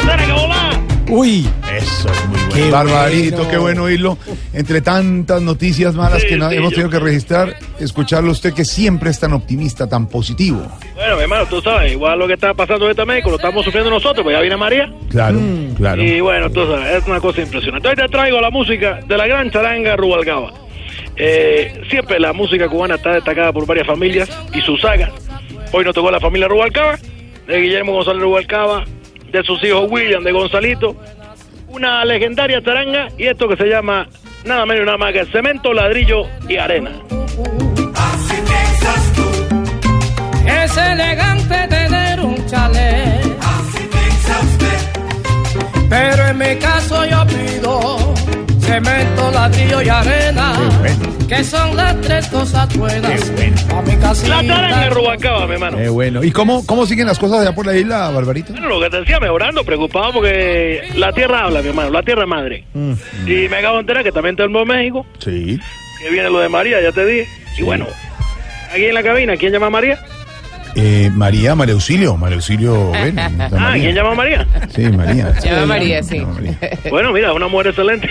¡Andara que volá! Uy, Eso es muy bueno. Qué Barbarito, bueno. qué bueno oírlo. Entre tantas noticias malas Sí, que na- sí, hemos yo tenido que registrar, escucharlo a usted que siempre es tan optimista, tan positivo. Bueno, mi hermano, tú sabes, igual lo que está pasando en este México lo estamos sufriendo nosotros, pues ya viene María. Claro, claro. Y bueno, tú sabes, es una cosa impresionante. Hoy te traigo la música de la gran charanga Rubalcaba. Eh, siempre la música cubana está destacada por varias familias y sus sagas. Hoy nos tocó la familia Rubalcaba, de Guillermo González Rubalcaba, de sus hijos William, de Gonzalito. Una legendaria charanga y esto que se llama nada menos y nada más que cemento, ladrillo y arena. Es elegante tener un chalet. Pero en mi caso yo pido cemento, ladrillo y arena. Qué bueno. Que son las tres cosas buenas. Qué bueno. A mi casita. La charanga Rubalcaba, mi hermano. Qué bueno. ¿Y cómo, cómo siguen las cosas allá por la isla, Barbarito? Bueno, lo que te decía, mejorando, preocupado porque la tierra habla, mi hermano, la tierra madre. Y me acabo de enterar que también tenemos México, Sí. que viene lo de María, ya te dije. Y bueno, aquí en la cabina, ¿quién llama a María? Eh, María, María Auxilio. María Auxilio, bueno. está Ah, María. ¿quién llama a María? Sí, María. Llama a María, sí. Llama a María. Bueno, mira, una mujer excelente.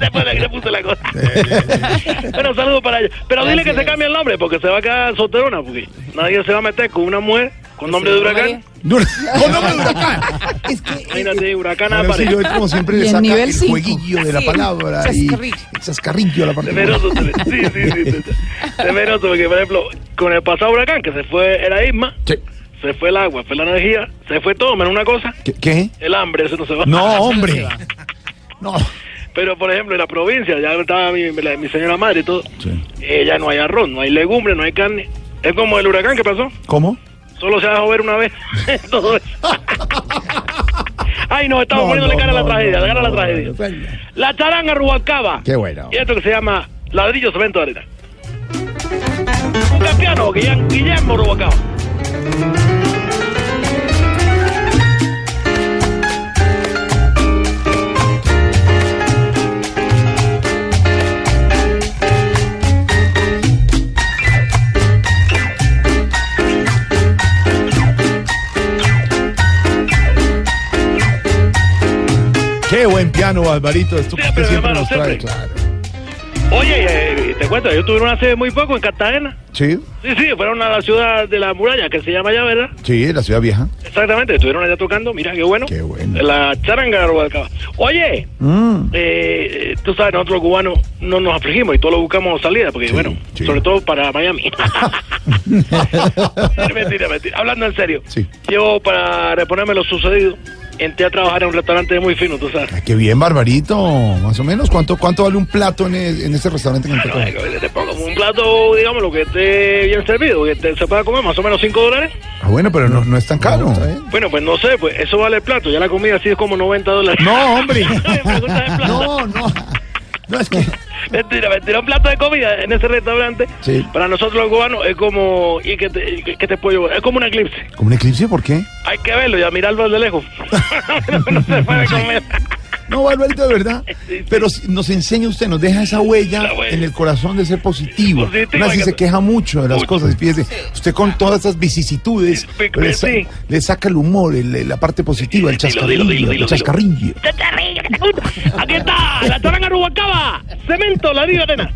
Después de que le puse la cosa. bueno, saludos para ella. Pero dile que se cambie el nombre, porque se va a quedar solterona, porque nadie se va a meter con una mujer con nombre de huracán. Dura- Con nombre de huracán. Es que. Imagínate, huracán María aparece. Auxilio, es como siempre le Y en saca nivel el cinco. jueguillo de la Sí, palabra. el y- chascarrillo. el chascarrillo de la palabra. Temeroso, temer- sí, sí, sí, sí, sí. Temeroso, porque por ejemplo, con el pasado huracán, que se fue era Isma, Sí. se fue el agua, fue la energía, se fue todo, menos una cosa, ¿Qué- ¿Qué? el hambre, eso no se va. No, hombre. No. Pero por ejemplo, en la provincia, ya estaba mi, la- mi señora madre y todo, Sí. eh, ya no hay arroz, no hay legumbres, no hay carne. Es como el huracán que pasó, ¿Cómo? solo se dejó ver una vez. todo eso. Ay, no, estamos poniéndole cara a la tragedia, cara a la tragedia. La charanga Rubalcaba. Qué bueno. Y esto que se llama ladrillo, cemento, arena. Un piano, Guillem- Guillermo Rubalcaba. Qué buen piano, Barbarito. Esto que Siempre, usted siempre hermano, nos trae, siempre. claro. Oye, eh, te cuento, yo tuve una hace muy poco en Cartagena. Sí, Sí, sí, fueron a la ciudad de la muralla, que se llama allá, ¿verdad? sí, la ciudad vieja. Exactamente, estuvieron allá tocando, mira, qué bueno. Qué bueno. Mm. La charanga Rubalcaba. Oye, eh, tú sabes, nosotros los cubanos no nos afligimos y todos lo buscamos salida, porque Sí, bueno, sí. sobre todo para Miami. mentira, mentira. Hablando en serio, Sí. yo para reponerme lo sucedido, entré a trabajar en un restaurante muy fino, tú sabes. Ay, Ah, qué bien, Barbarito. Más o menos. ¿Cuánto, cuánto vale un plato en, e- en ese restaurante que me Ay, tocó? que Te pongo un plato, digamos, lo que esté bien servido, que te- se pueda comer más o menos 5 dólares. Ah, bueno, pero no, no es tan caro. Bueno, pues no sé, pues eso vale el plato. Ya la comida sí es como 90 dólares. No, hombre. Me preguntas el plato. No, no. No, es que. Mentira, mentira. Un plato de comida en ese restaurante, Sí. para nosotros los cubanos, es como. ¿Y qué te, qué- qué te puedo llevar? Es como un eclipse. ¿Como un eclipse? ¿Por qué? Hay que verlo y a mirarlo desde lejos. no se puede comer. No, Barbarito, de verdad. Pero si- nos enseña usted, nos deja esa huella La huella. en el corazón de ser positivo. Positivo, Una sí oiga. se queja mucho de las Mucho. cosas. Fíjese, usted con todas esas vicisitudes Sí, le, sa- sí. le saca el humor, el- la parte positiva, el Dilo, dilo, dilo, chascarrillo. dilo, el dilo. chascarrillo. ¡Qué terrible, qué terrible! Aquí está, la charanga Rubacaba. Cemento, ladrillo, arena.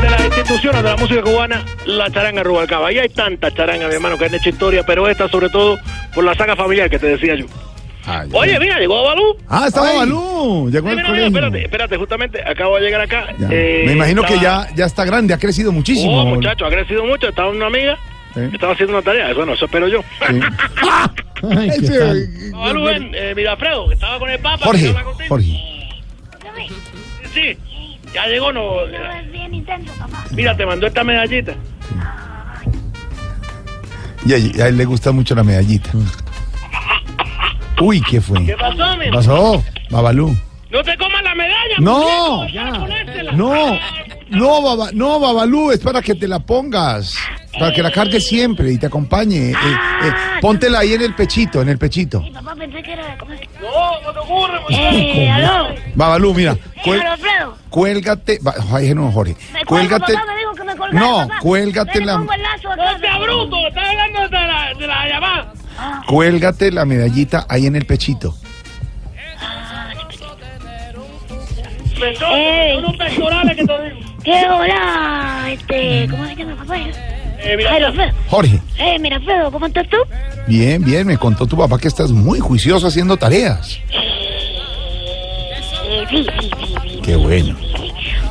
de las instituciones de la música cubana, la charanga Rubalcaba. Y hay tantas charangas, mi hermano, que han hecho historia, pero esta sobre todo por la saga familiar que te decía yo. Ay, Oye, ay. mira, llegó Balú. Ah, estaba Ay. Balú. Llegó Mira, al mira, colegio. espérate, espérate, justamente acabo de llegar acá. Ya. Eh, Me imagino que estaba- ya, ya está grande, ha crecido muchísimo. Oh, muchacho, ha crecido mucho. Estaba una amiga Sí. Estaba haciendo una tarea, bueno, eso espero yo. Sí. Ay, qué Ese- tal. Estaba Rubén, eh, Mirafredo, que estaba con el Papa. que Jorge, estaba contigo. Jorge. Sí, ya llegó, no. eh, Es bien intenso, papá. Mira, te mandó esta medallita. Y a, a él le gusta mucho la medallita. Uy, ¿qué fue? ¿Qué pasó, mi? pasó? Babalú. No te comas la medalla. No, muñeco, para ponértela. no, no, Baba- no, Babalú, es para que te la pongas, para que la cargues siempre y te acompañe. Eh, eh, Ah, póntela ahí en el pechito, en el pechito. Papá, pensé que era de comer. No, no te ocurre, muñeco. ¡Eh, aló! Babalú, mira, cuel- Señor Alfredo, cuélgate, ba- ay, no, Jorge, me cuelgo, cuélgate, papá, me dijo que me colgara, no, papá. cuélgate Ven y pongo la, el lazo acá. No seas bruto, estás hablando de la, de la llamada. cuélgate la medallita ahí en el pechito. Pezón, Ey. son unos pectorales que te digo. ¡Qué hola! Este, ¿cómo se llama, papá? Eh, mira, Ay, Alfredo. Jorge, Eh, mira, Alfredo, ¿cómo estás tú? bien, bien, me contó tu papá que estás muy juicioso haciendo tareas. Eh, sí, sí, sí, sí. Qué bueno.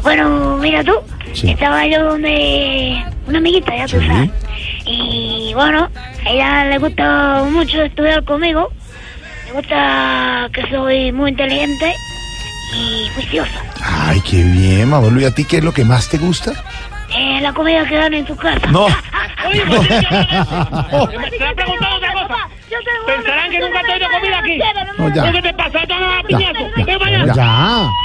Bueno, mira tú, Sí. estaba yo donde una amiguita, ya tú Sí. sabes. Y bueno, a ella le gusta mucho estudiar conmigo. Le gusta que soy muy inteligente y juiciosa. Ay, qué bien, Babalú, ¿y a ti qué es lo que más te gusta? Eh, la comida que dan en su casa. No. Oye, pues, ¿por qué llaman eso? Me han preguntado otra cosa. Pensarán que nunca te doy comida aquí. No, ya. ¿Qué te pasó? Te van a dar piñazo. Ya, Ven para ya, allá. Ya. Ya,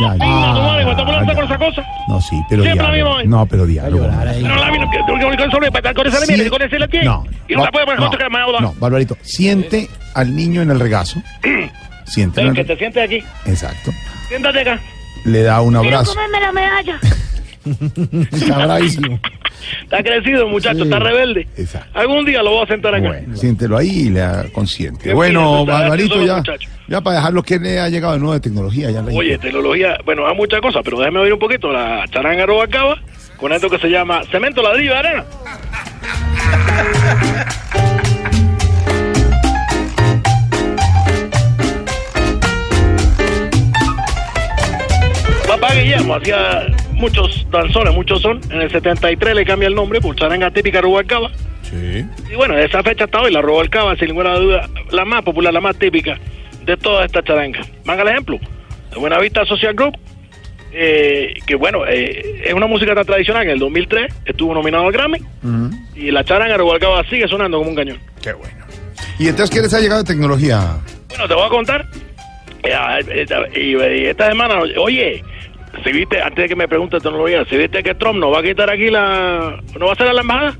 ya. Venga, tu madre, cuando te pones con esa cosa. No, sí, pero Siempre diálogo. la misma vaina. No, pero diálogo. No, la vi, no, que tengo que volver solo y para estar con esa de mierda y con ese la tiene. No, Y no la puede poner no, junto que la me No, Barbarito, siente al niño en el regazo. Siente. Ven, que te sientes aquí. Exacto. Siéntate acá. Le da un Quiero abrazo. comerme la medalla. Está bravísimo. Está crecido, muchacho, está rebelde. Exacto. Algún día lo voy a sentar acá. Bueno, siéntelo ahí y le consiente. Qué Bueno, bien, Barbarito, solo ya, muchacho. ya para dejar lo que le ha llegado de nuevo de tecnología. Ya le- Oye, tecnología, bueno, hay muchas cosas, pero déjame oír un poquito la charanga acaba con esto que se llama cemento, ladrillo, arena. Papá Guillermo hacía muchos danzones, muchos son. En el 73 le cambia el nombre por charanga típica Rubalcaba. Sí. Y bueno, de esa fecha hasta hoy, la Rubalcaba, sin ninguna duda, la más popular, la más típica de todas estas charangas. Manga el ejemplo, de Buenavista Social Group, eh, que bueno, eh, es una música tan tradicional que en el 2003 estuvo nominado al Grammy, y la charanga Rubalcaba sigue sonando como un cañón. Qué bueno. ¿Y entonces qué les ha llegado de tecnología? Bueno, te voy a contar, eh, eh, y, y esta semana, oye... Si viste, antes de que me pregunte tecnología, si viste que Trump no va a quitar aquí la. no va a cerrar la embajada.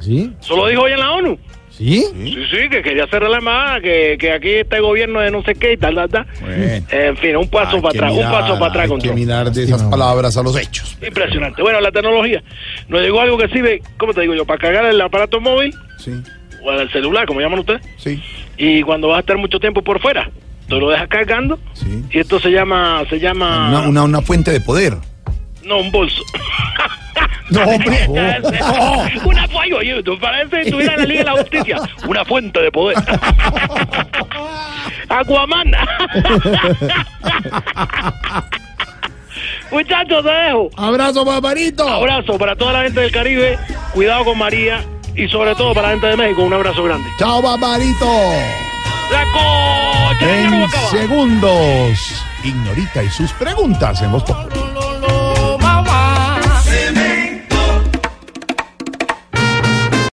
¿Sí? Solo dijo hoy en la ONU. ¿Sí? Sí, sí, que quería cerrar la embajada, que, que aquí este gobierno de no sé qué y tal, tal, tal. Bueno. En fin, un paso Hay para que atrás, un mirar, paso para atrás hay con que Trump. mirar de esas palabras a los hechos. Impresionante. Bueno, la tecnología. Nos llegó algo que sirve, ¿cómo te digo yo? Para cargar el aparato móvil Sí, o el celular, como llaman ustedes. sí, Y cuando vas a estar mucho tiempo por fuera, te lo dejas cargando. sí. Y esto se llama, se llama... Una, una, una fuente de poder. No, un bolso. No, hombre. Un apoyo, oye, tú parece que estuviera en la Liga de la Justicia. Una fuente de poder. Aquaman. Muchachos, te dejo. Abrazo, paparito. Abrazo para toda la gente del Caribe. Cuidado con María. Y sobre todo para la gente de México, un abrazo grande. Chao, Barbarito. ¡La cocha! En segundos, Ignorita y sus preguntas en Voz Populi.